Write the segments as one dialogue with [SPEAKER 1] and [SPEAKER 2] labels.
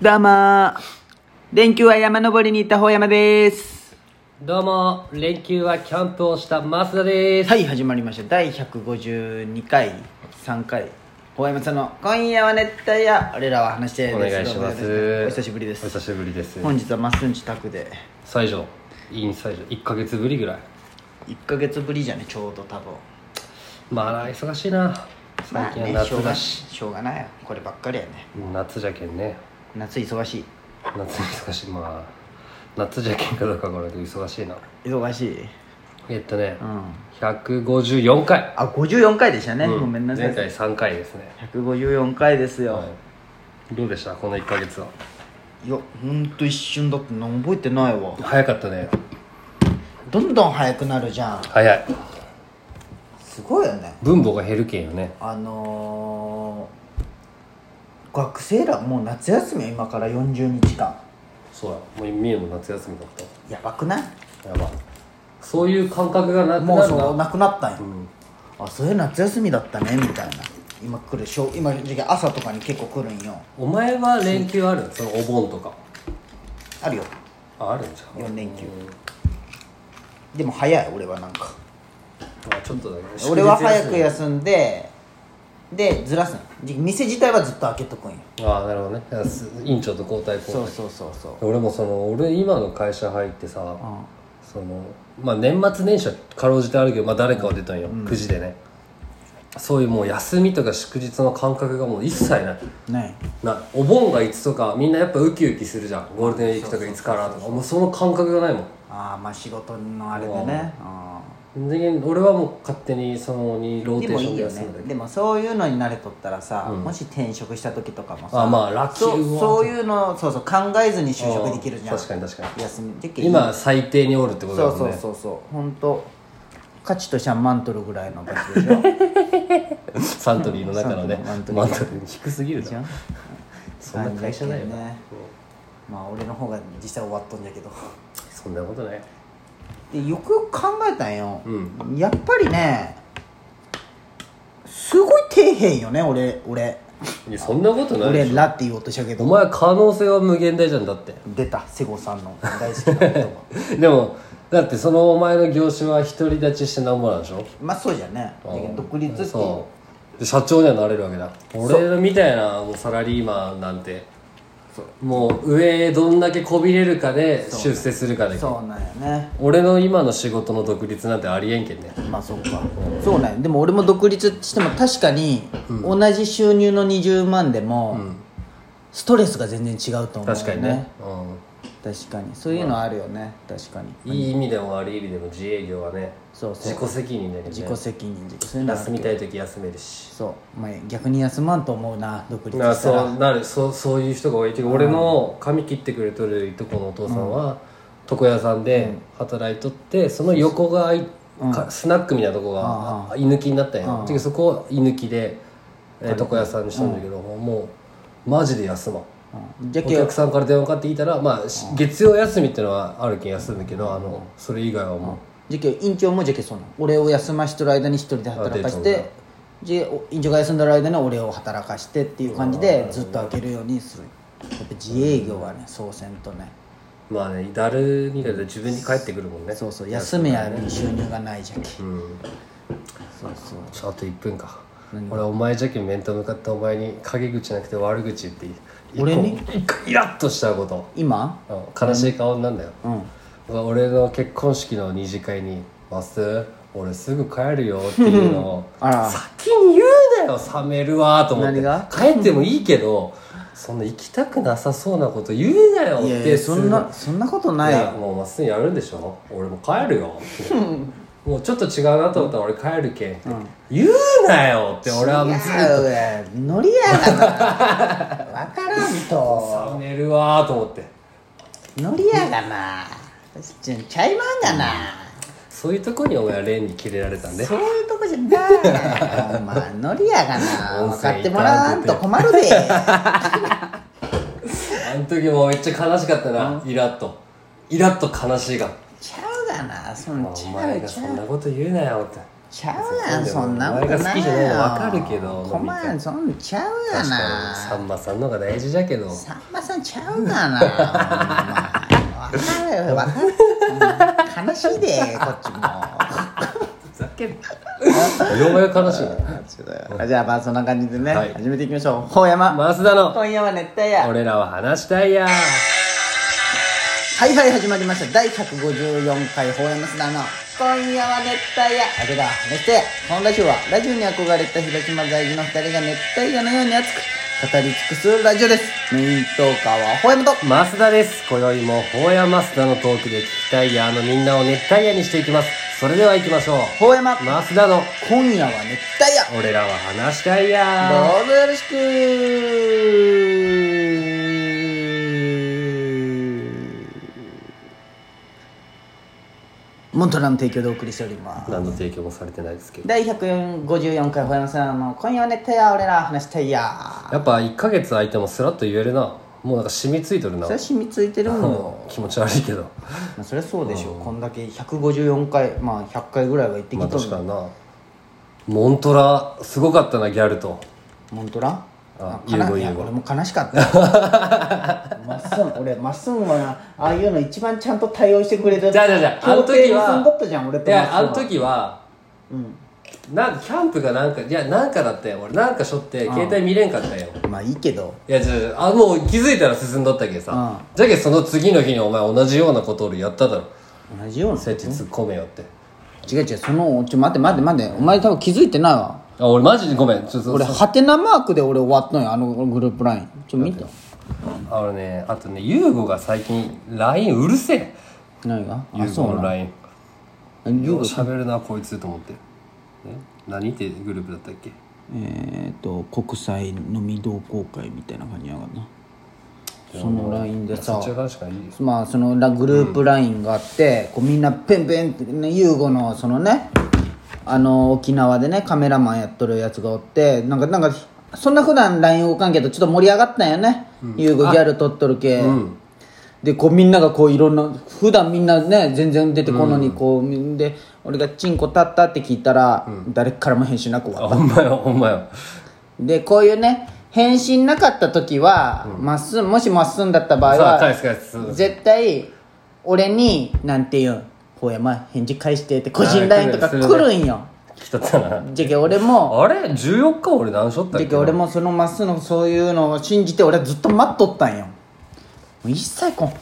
[SPEAKER 1] どうもー連休は山登りに行った方山です
[SPEAKER 2] どうも連休はキャンプをした増田です、
[SPEAKER 1] はい始まりました第152回3回方山さんの「今夜は熱帯夜」俺らは話して
[SPEAKER 2] お願いします
[SPEAKER 1] どうもよろしくお久しぶりです
[SPEAKER 2] お久しぶりです
[SPEAKER 1] 本日はマッスン自宅で
[SPEAKER 2] 最初インサイド1か月ぶりぐらい
[SPEAKER 1] 1か月ぶりじゃねちょうど多分
[SPEAKER 2] まあ忙しいな最近は
[SPEAKER 1] まあねしょ
[SPEAKER 2] 夏
[SPEAKER 1] うが
[SPEAKER 2] だし,、
[SPEAKER 1] しょうがないよこればっかりやね
[SPEAKER 2] 夏じゃけんね
[SPEAKER 1] 夏忙しい
[SPEAKER 2] 夏忙しいまあ夏じゃけんかどうかこれ忙しいな
[SPEAKER 1] 忙しい
[SPEAKER 2] えっとね、
[SPEAKER 1] うん
[SPEAKER 2] 154回、
[SPEAKER 1] あ54回でしたね、
[SPEAKER 2] うん
[SPEAKER 1] ごめんなさ
[SPEAKER 2] 前回
[SPEAKER 1] い
[SPEAKER 2] 3回ですね、
[SPEAKER 1] 154回ですよ、
[SPEAKER 2] はい、どうでしたこの1か月はい
[SPEAKER 1] やほんと一瞬だって何も覚えてないわ
[SPEAKER 2] 早かったね
[SPEAKER 1] どんどん速くなるじゃん
[SPEAKER 2] 早い
[SPEAKER 1] すごいよね
[SPEAKER 2] 分母が減るけんよね
[SPEAKER 1] あのー、学生らもう夏休みよ今から40日間
[SPEAKER 2] そうだもう三重も夏休みだった
[SPEAKER 1] やばくない
[SPEAKER 2] やばそういう感覚がなく
[SPEAKER 1] も
[SPEAKER 2] な
[SPEAKER 1] う
[SPEAKER 2] るんだ
[SPEAKER 1] そうなくなったんや、
[SPEAKER 2] ん
[SPEAKER 1] あそういう夏休みだったねみたいな今来るしょ今時期朝とかに結構来るんよ
[SPEAKER 2] お前は連休あるそのお盆とか
[SPEAKER 1] あるよ
[SPEAKER 2] ああるんじゃん
[SPEAKER 1] 4連休でも早い俺はなんか
[SPEAKER 2] あちょっとだけ
[SPEAKER 1] 俺は早く休んででずらすんじ店自体はずっと開けとくんよ
[SPEAKER 2] ああなるほどねだからす院長と交代交代
[SPEAKER 1] そうそうそうそう
[SPEAKER 2] 俺もその俺今の会社入ってさ、
[SPEAKER 1] ん
[SPEAKER 2] そのまあ年末年始はかろうじてあるけど、まあ、誰かは出たんよ、9時でねそういうもう休みとか祝日の感覚がもう一切ない
[SPEAKER 1] ね
[SPEAKER 2] なお盆がいつとかみんなやっぱウキウキするじゃんゴールデンウィークとかいつからとかもうその感覚がないもん
[SPEAKER 1] ああまあ仕事のあれでねあー
[SPEAKER 2] で俺はもう勝手にそのにロー
[SPEAKER 1] で
[SPEAKER 2] テー
[SPEAKER 1] も
[SPEAKER 2] ショ
[SPEAKER 1] い
[SPEAKER 2] ン
[SPEAKER 1] い
[SPEAKER 2] で
[SPEAKER 1] よ
[SPEAKER 2] 休
[SPEAKER 1] ね
[SPEAKER 2] んだけ
[SPEAKER 1] でもそういうのに慣れとったらさ、もし転職した時とかもさ
[SPEAKER 2] あまあラッキー
[SPEAKER 1] そう
[SPEAKER 2] うわ
[SPEAKER 1] そういうのそうそう考えずに就職できるじゃん
[SPEAKER 2] 確かに確か
[SPEAKER 1] 休みでき
[SPEAKER 2] に今最低におるってことだ
[SPEAKER 1] そ
[SPEAKER 2] もん
[SPEAKER 1] う
[SPEAKER 2] ね
[SPEAKER 1] そうそうそう本当価値としてはマントルぐらいの場所でしょ
[SPEAKER 2] サントリーの中のね
[SPEAKER 1] サ
[SPEAKER 2] マ
[SPEAKER 1] ン
[SPEAKER 2] ン
[SPEAKER 1] ト
[SPEAKER 2] ト
[SPEAKER 1] リー
[SPEAKER 2] リー低すぎ るじゃんそんな会社だよ
[SPEAKER 1] 感じだけ
[SPEAKER 2] ね
[SPEAKER 1] どまあ俺の方が実際終わっとんだけど
[SPEAKER 2] そんなことない
[SPEAKER 1] でよくよく考えたんよ、
[SPEAKER 2] う
[SPEAKER 1] やっぱりねすごい底辺よね俺俺
[SPEAKER 2] いやそんなことないで
[SPEAKER 1] 俺
[SPEAKER 2] しょ
[SPEAKER 1] らって言おうとしたけ
[SPEAKER 2] お
[SPEAKER 1] ど
[SPEAKER 2] 前は可能性は無限大じゃんだって
[SPEAKER 1] 出た瀬ゴさんの大好きな言 葉
[SPEAKER 2] でもだってそのお前の業種は独り立ちしてなんぼなんでしょ
[SPEAKER 1] まあそうじゃねだけど独立して
[SPEAKER 2] そうで社長にはなれるわけだ俺らみたいなもうサラリーマンなんて
[SPEAKER 1] そう
[SPEAKER 2] もう上へどんだけこびれるかで出世するかで
[SPEAKER 1] そうなんやね
[SPEAKER 2] 俺の今の仕事の独立なんてありえんけんね
[SPEAKER 1] まあそっかそうなんやでも俺も独立しても確かに同じ収入の20万でもストレスが全然違うと思うよ
[SPEAKER 2] 確かにね
[SPEAKER 1] 確かにそういうのあるよね確かに
[SPEAKER 2] うん、いい意味でも悪い意味でも自営業はね
[SPEAKER 1] そうそう
[SPEAKER 2] 自己責任だけど、ね、
[SPEAKER 1] 自己責任自己そういうのあ
[SPEAKER 2] 休
[SPEAKER 1] る
[SPEAKER 2] みたい時休めるし
[SPEAKER 1] そうまあ逆に休まんと思うな独立
[SPEAKER 2] な
[SPEAKER 1] した
[SPEAKER 2] そ
[SPEAKER 1] ら
[SPEAKER 2] うなるそうそういう人が多いけど俺の髪切ってくれとるいとこのお父さんは、床屋さんで働いとってその横があいかスナックみたいなとこが居抜きになったんや、てかそこを居抜きで、えー床屋さんにしたんだけど、もうマジで休まん
[SPEAKER 1] うんじゃ
[SPEAKER 2] お
[SPEAKER 1] け
[SPEAKER 2] 客さんから電話かかってきたら、まあ、し月曜休みってのはあるけん休むけど、あのそれ以外はも
[SPEAKER 1] じゃけ院長もじゃけそうなの俺を休ましとる間に一人で働かし
[SPEAKER 2] あ出ちゃ
[SPEAKER 1] てじゃ院長が休んどる間に俺を働かしてっていう感じでずっと開けるようにするやっぱ自営業はねそうせんとね
[SPEAKER 2] うまあねだるみが出て自分に返ってくるもんね
[SPEAKER 1] そうそう休めやに収入がないじゃけ
[SPEAKER 2] うん
[SPEAKER 1] そうそう
[SPEAKER 2] ちょあと1分か俺お前じゃけん面と向かってお前に陰口じゃなくて悪口って一個
[SPEAKER 1] 俺に
[SPEAKER 2] 一個イラッとしたこと
[SPEAKER 1] 今
[SPEAKER 2] うん悲しい顔になんだよ、
[SPEAKER 1] うん
[SPEAKER 2] 俺の結婚式の二次会に「マス俺すぐ帰るよ」っていうのを
[SPEAKER 1] あら
[SPEAKER 2] 先に言うなよ冷めるわと思って
[SPEAKER 1] 何が
[SPEAKER 2] 帰ってもいいけどそんな行きたくなさそうなこと言うなよっ
[SPEAKER 1] い
[SPEAKER 2] て
[SPEAKER 1] やいやそん
[SPEAKER 2] す
[SPEAKER 1] なそんなこと
[SPEAKER 2] ご
[SPEAKER 1] ないい
[SPEAKER 2] い
[SPEAKER 1] よ
[SPEAKER 2] やもうまっすぐやるんでしょ俺もう帰る よもうちょっと違うなと思ったら俺帰るけん、言うなよって俺はもうずっ
[SPEAKER 1] 違うや乗りやがなわからんと
[SPEAKER 2] と冷めるわと思って
[SPEAKER 1] 乗りやがなちゃちゃいまんがな、
[SPEAKER 2] そういうとこにお前はレンにキレられたんで
[SPEAKER 1] そういうとこじゃ ない。まあ、乗りやがな。
[SPEAKER 2] 温
[SPEAKER 1] 分か
[SPEAKER 2] 泉
[SPEAKER 1] ってもらわんと困るで。
[SPEAKER 2] あの時もうめっちゃ悲しかったな、イラッとイラッと悲しいが
[SPEAKER 1] ちゃうがな。その
[SPEAKER 2] お
[SPEAKER 1] ちゃ
[SPEAKER 2] 前
[SPEAKER 1] う
[SPEAKER 2] が
[SPEAKER 1] ち
[SPEAKER 2] そ
[SPEAKER 1] ゃ
[SPEAKER 2] ん
[SPEAKER 1] う。
[SPEAKER 2] なこと言うなよって
[SPEAKER 1] ちゃうやん
[SPEAKER 2] そう
[SPEAKER 1] そんなこ
[SPEAKER 2] お前
[SPEAKER 1] と
[SPEAKER 2] が好
[SPEAKER 1] ない
[SPEAKER 2] き
[SPEAKER 1] よ
[SPEAKER 2] じゃないのわかるけど
[SPEAKER 1] こまんそんちゃうや
[SPEAKER 2] 確かにさ
[SPEAKER 1] なん
[SPEAKER 2] まさんの方が大事じゃけど
[SPEAKER 1] さんまさんちゃうがな ほんまわかるわかる、うん悲しいでこっ ちも
[SPEAKER 2] 両親悲しいな
[SPEAKER 1] あじゃあまあそんな感じでね、
[SPEAKER 2] はい
[SPEAKER 1] 始めていきましょうほうやま
[SPEAKER 2] 増田の
[SPEAKER 1] 今夜は熱帯夜
[SPEAKER 2] 俺らは話したいや
[SPEAKER 1] はいはい始まりました第154回ほうやますだの今夜は熱帯夜あれだ熱してこのラジオはラジオに憧れた広島在住の2人が熱帯夜のように熱く語り尽くすラジオですメイントーカーはほうやまと
[SPEAKER 2] 増田です今宵もほうや増田のトークで聞きたいやーのみんなを熱帯夜にしていきますそれでは行きましょう
[SPEAKER 1] ほうやま
[SPEAKER 2] 増田の
[SPEAKER 1] 今夜は熱帯夜
[SPEAKER 2] 俺らは話したいや
[SPEAKER 1] どうぞよろしくモントラの提供でお送りしております
[SPEAKER 2] 何の提供もされてないですけど
[SPEAKER 1] 第154回ほやまさんの今夜は熱帯夜俺ら話したいや
[SPEAKER 2] やっぱ1ヶ月空いてもスラッと言えるなもうなんか染みついとるな
[SPEAKER 1] それは染みついてるんよ
[SPEAKER 2] 気持ち悪いけど
[SPEAKER 1] まあそりゃそうでしょこんだけ154回まあ100回ぐらいは行ってき
[SPEAKER 2] まあ
[SPEAKER 1] と
[SPEAKER 2] 確
[SPEAKER 1] る
[SPEAKER 2] かになモントラすごかったなギャルと
[SPEAKER 1] モントラ
[SPEAKER 2] あ
[SPEAKER 1] あ悲
[SPEAKER 2] 言うご
[SPEAKER 1] いや
[SPEAKER 2] 言うご
[SPEAKER 1] 俺も悲しかった まっすん俺まっすんはなああいうの一番ちゃんと対応してくれた
[SPEAKER 2] じゃあじゃあじゃああの
[SPEAKER 1] 協定
[SPEAKER 2] 時
[SPEAKER 1] 結んどったじゃん俺
[SPEAKER 2] は
[SPEAKER 1] と
[SPEAKER 2] い
[SPEAKER 1] ま
[SPEAKER 2] やあ
[SPEAKER 1] っ
[SPEAKER 2] の
[SPEAKER 1] すんは
[SPEAKER 2] 時は
[SPEAKER 1] うん
[SPEAKER 2] なんキャンプがなんかいやなんかだったよ俺なんかしょって携帯見れんかったよ
[SPEAKER 1] まあいいけど
[SPEAKER 2] いやじゃあじゃああもう気づいたら進んどったけどさじゃけその次の日にお前同じようなことをやっただろ
[SPEAKER 1] 同じような
[SPEAKER 2] 設置突っ込めよって
[SPEAKER 1] 違う違うそのちょ待って待って待ってお前多分気づいてないわ
[SPEAKER 2] あ俺マジでごめんちょっと
[SPEAKER 1] 俺ハテナマークで俺終わったんよあのグループラインちょ見た
[SPEAKER 2] あのねあとねユーゴが最近 LINE うるせえ
[SPEAKER 1] 何が
[SPEAKER 2] ユ
[SPEAKER 1] あ
[SPEAKER 2] ー
[SPEAKER 1] そうな
[SPEAKER 2] ゴの
[SPEAKER 1] の
[SPEAKER 2] LINE
[SPEAKER 1] え
[SPEAKER 2] よう喋るなこいつと思ってえ何ってグループだったっけ
[SPEAKER 1] えっと国際飲み同好会みたいな感じやがんなそのラインで
[SPEAKER 2] そ
[SPEAKER 1] さ
[SPEAKER 2] っち側しかいいです
[SPEAKER 1] まあそのラグループラインがあって、こうみんなペンペンってねユーゴのそのねあの沖縄でねカメラマンやっとるやつがおってなんかなんかそんな普段 LINE 動かんけどちょっと盛り上がったんよね、ユーゴギャル撮っとる系、でこうみんながこういろんな普段みんなね全然出てこんのにこう、ん、で俺が「チンコ立った?」って聞いたら、誰からも返信なく終わった
[SPEAKER 2] あほんまよほんまよ
[SPEAKER 1] でこういうね返信なかった時は、まっすんもしまっすんだった場合
[SPEAKER 2] さあ
[SPEAKER 1] は
[SPEAKER 2] 返す返す
[SPEAKER 1] 絶対俺になんていうん「ほうやま返事返して」って個人 LINE とか来るんよ
[SPEAKER 2] 来たったな
[SPEAKER 1] じゃけ俺も
[SPEAKER 2] あれ14日俺何しょったっ
[SPEAKER 1] じ
[SPEAKER 2] け
[SPEAKER 1] ゃけ俺もそのまっすんのそういうのを信じて俺はずっと待っとったんよもう一切こん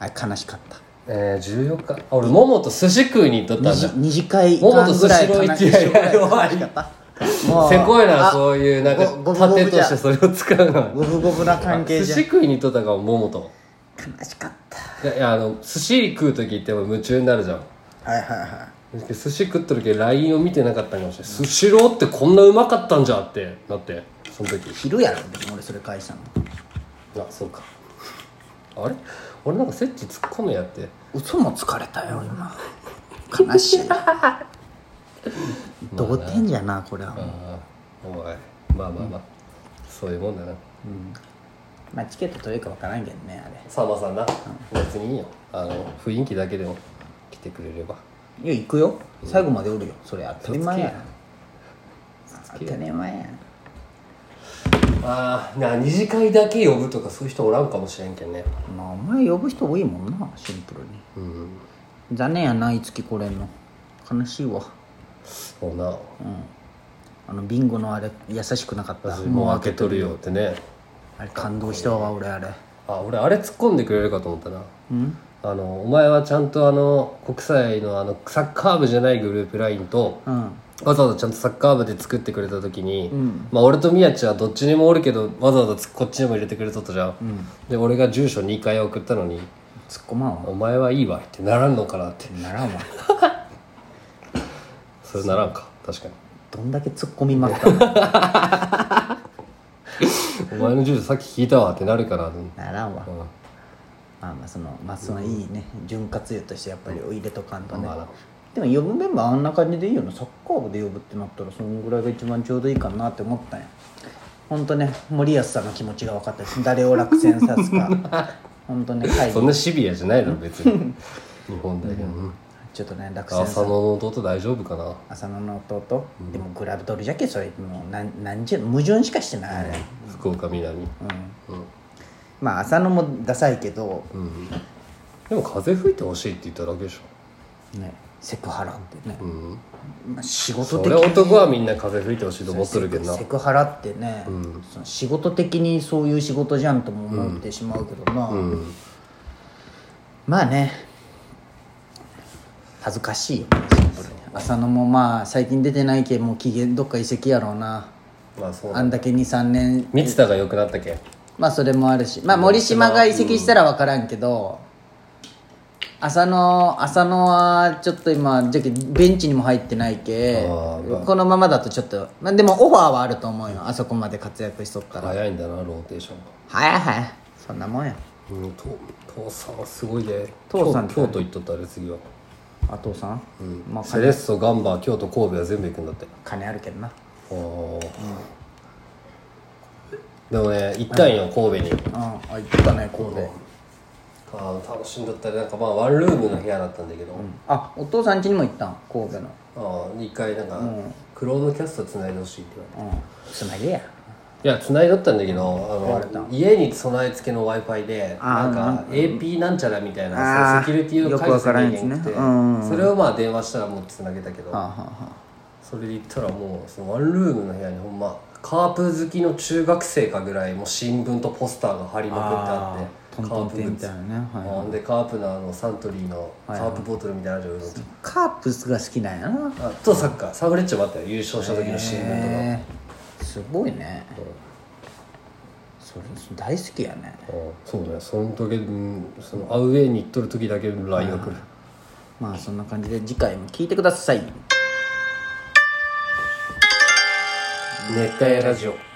[SPEAKER 1] あれ悲しかった
[SPEAKER 2] えー、14日あ俺ももと寿司食いに行っとった
[SPEAKER 1] 二
[SPEAKER 2] んだ
[SPEAKER 1] 次二次会
[SPEAKER 2] 桃と
[SPEAKER 1] 間ぐ
[SPEAKER 2] ス
[SPEAKER 1] ら
[SPEAKER 2] シ
[SPEAKER 1] い
[SPEAKER 2] ロー行
[SPEAKER 1] 悲
[SPEAKER 2] って
[SPEAKER 1] し
[SPEAKER 2] やりゃ弱い
[SPEAKER 1] かったもう
[SPEAKER 2] せこいな
[SPEAKER 1] あ
[SPEAKER 2] そういうなんか
[SPEAKER 1] ごご
[SPEAKER 2] 盾としてそれを使うの
[SPEAKER 1] 五分五分な関係
[SPEAKER 2] 寿
[SPEAKER 1] じゃ
[SPEAKER 2] 司
[SPEAKER 1] ん
[SPEAKER 2] 食いに行っとったからももと
[SPEAKER 1] 悲しかっ
[SPEAKER 2] いやいやあの寿司食う時ってやっぱ夢中になるじゃん
[SPEAKER 1] たはいはいはい
[SPEAKER 2] 寿司食っとるけど LINE を見てなかったんかもしれない寿司ローってこんなうまかったんじゃってなってその時
[SPEAKER 1] 昼やろでも俺それ返したの
[SPEAKER 2] あそうかあれ俺なんか設置突っ込むやって
[SPEAKER 1] 嘘も疲れたよ今悲し い同点じゃなこれは、
[SPEAKER 2] ああお前まあまあまあ、そういうもんだな
[SPEAKER 1] まあチケット取れるか分からんけどねあれ
[SPEAKER 2] さんまさんな別にいいよあの雰囲気だけでも来てくれれば
[SPEAKER 1] いや行くよ最後までおるよそれ当たり前や当たり前や
[SPEAKER 2] ああな二次会だけ呼ぶとかそういう人おらんかもしれんけんね
[SPEAKER 1] まあお前呼ぶ人多いもんなシンプルに
[SPEAKER 2] うん
[SPEAKER 1] 残念やないつきこれんの悲しいわ
[SPEAKER 2] そうな
[SPEAKER 1] うんあのビンゴのあれ優しくなかった
[SPEAKER 2] もう開けとるよってね
[SPEAKER 1] あれ感動したわ俺あれ
[SPEAKER 2] あ俺あれ突っ込んでくれるかと思ったな
[SPEAKER 1] うん
[SPEAKER 2] あのお前はちゃんとあの国際のあのサッカー部じゃないグループラインと
[SPEAKER 1] うん
[SPEAKER 2] わざわざちゃんとサッカー部で作ってくれた時に、
[SPEAKER 1] うん
[SPEAKER 2] まあ、俺と宮地はどっちにもおるけどわざわざつこっちにも入れてくれとったじゃん、で俺が住所2回送ったのに
[SPEAKER 1] 突っ込まん
[SPEAKER 2] 「
[SPEAKER 1] わ
[SPEAKER 2] お前はいいわい」ってならんのかなって
[SPEAKER 1] ならんわ
[SPEAKER 2] それならんか確かに
[SPEAKER 1] どんだけ突っ込みまくったの
[SPEAKER 2] 「お前の住所さっき聞いたわ」ってなるかなと思って
[SPEAKER 1] ならんわ
[SPEAKER 2] うん
[SPEAKER 1] まあまあそのまあそのいいね潤滑油としてやっぱりお入れとかんとね
[SPEAKER 2] まあな
[SPEAKER 1] でも呼ぶメンバーあんな感じでいいよなサッカー部で呼ぶってなったらそのぐらいが一番ちょうどいいかなって思ったんやほんとね森保さんの気持ちが分かったし誰を落選 さすかほんとね会議
[SPEAKER 2] そんなシビアじゃないだろ別に日本だけど、うん
[SPEAKER 1] ちょっとね落選
[SPEAKER 2] 浅
[SPEAKER 1] さ
[SPEAKER 2] 野の弟大丈夫かな
[SPEAKER 1] 浅野の弟、でもグラブ取りじゃけそれもう何何十矛盾しかしてないあれ、
[SPEAKER 2] 福岡南
[SPEAKER 1] まあ浅野もダサいけど、
[SPEAKER 2] うん、うん、でも風吹いてほしいって言っただけでし
[SPEAKER 1] ねセクハラってね、
[SPEAKER 2] ょうん
[SPEAKER 1] まあ、仕事
[SPEAKER 2] そ
[SPEAKER 1] 的
[SPEAKER 2] れ
[SPEAKER 1] に
[SPEAKER 2] 男はみんな風吹いてほしいと思っとるけどな
[SPEAKER 1] セクハラってね、その仕事的にそういう仕事じゃんとも思ってしまうけどな、
[SPEAKER 2] うん
[SPEAKER 1] まあね恥ずかしいよねシンプルに浅野もまあ最近出てないけんもう期限どっか移籍やろうな
[SPEAKER 2] まあそう
[SPEAKER 1] あんだけ23年
[SPEAKER 2] 三田が良くなったけん
[SPEAKER 1] まあそれもあるしまあ森島が移籍したら分からんけど浅野浅野はちょっと今じゃけベンチにも入ってないけ
[SPEAKER 2] あーまあ
[SPEAKER 1] このままだとちょっと、まあ、でもオファーはあると思うよあそこまで活躍しとったら
[SPEAKER 2] 早いんだなローテーションが
[SPEAKER 1] はいはいそんなもんや
[SPEAKER 2] うんと父さんはすごいで
[SPEAKER 1] 父さんって
[SPEAKER 2] 京京都行っとったで次は、
[SPEAKER 1] あ父さん、
[SPEAKER 2] うん
[SPEAKER 1] まあ
[SPEAKER 2] セレッソガンバ京都神戸は全部行くんだって
[SPEAKER 1] 金あるけどな
[SPEAKER 2] ああ、でもね行ったんよ、神戸に
[SPEAKER 1] うんあ言ってたねこうで
[SPEAKER 2] ああ楽しんだったりなんかまあワンルームの部屋だったんだけど、
[SPEAKER 1] あお父さん家にも行ったん神戸の
[SPEAKER 2] ああ一回なんか、クロードキャストつないでほしいって言われて
[SPEAKER 1] うんつなげや
[SPEAKER 2] いやつないだったんだけどあの家に備え付けの w i f i で
[SPEAKER 1] あ
[SPEAKER 2] なんか AP なんちゃらみたい
[SPEAKER 1] あ
[SPEAKER 2] な
[SPEAKER 1] ー
[SPEAKER 2] そうセキュリティを
[SPEAKER 1] よく
[SPEAKER 2] 返
[SPEAKER 1] わ
[SPEAKER 2] す
[SPEAKER 1] からん
[SPEAKER 2] 人
[SPEAKER 1] やつね
[SPEAKER 2] 間って、
[SPEAKER 1] うんうん
[SPEAKER 2] それをまあ電話したらもうつなげたけど、
[SPEAKER 1] はあ、はあは
[SPEAKER 2] それで言ったらもうそのワンルームの部屋にほんまカープ好きの中学生かぐらいもう新聞とポスターが貼りまくってあって
[SPEAKER 1] あートントン店みたいなね
[SPEAKER 2] カー
[SPEAKER 1] はい
[SPEAKER 2] プグッズ
[SPEAKER 1] はい
[SPEAKER 2] うんでカープのあのサントリーのカープボトルみたいなのあるじゃん上の
[SPEAKER 1] あ、カープスが好きなんやな
[SPEAKER 2] あとサッカーサンフレッチェもあったよ優勝した時の新聞とか、
[SPEAKER 1] へえすごいねそれ大好きやね
[SPEAKER 2] うんそうねその時うんそのアウェーに行っとる時だけ LINE が来る
[SPEAKER 1] まあそんな感じで次回も聞いてください
[SPEAKER 2] 熱帯ラジオ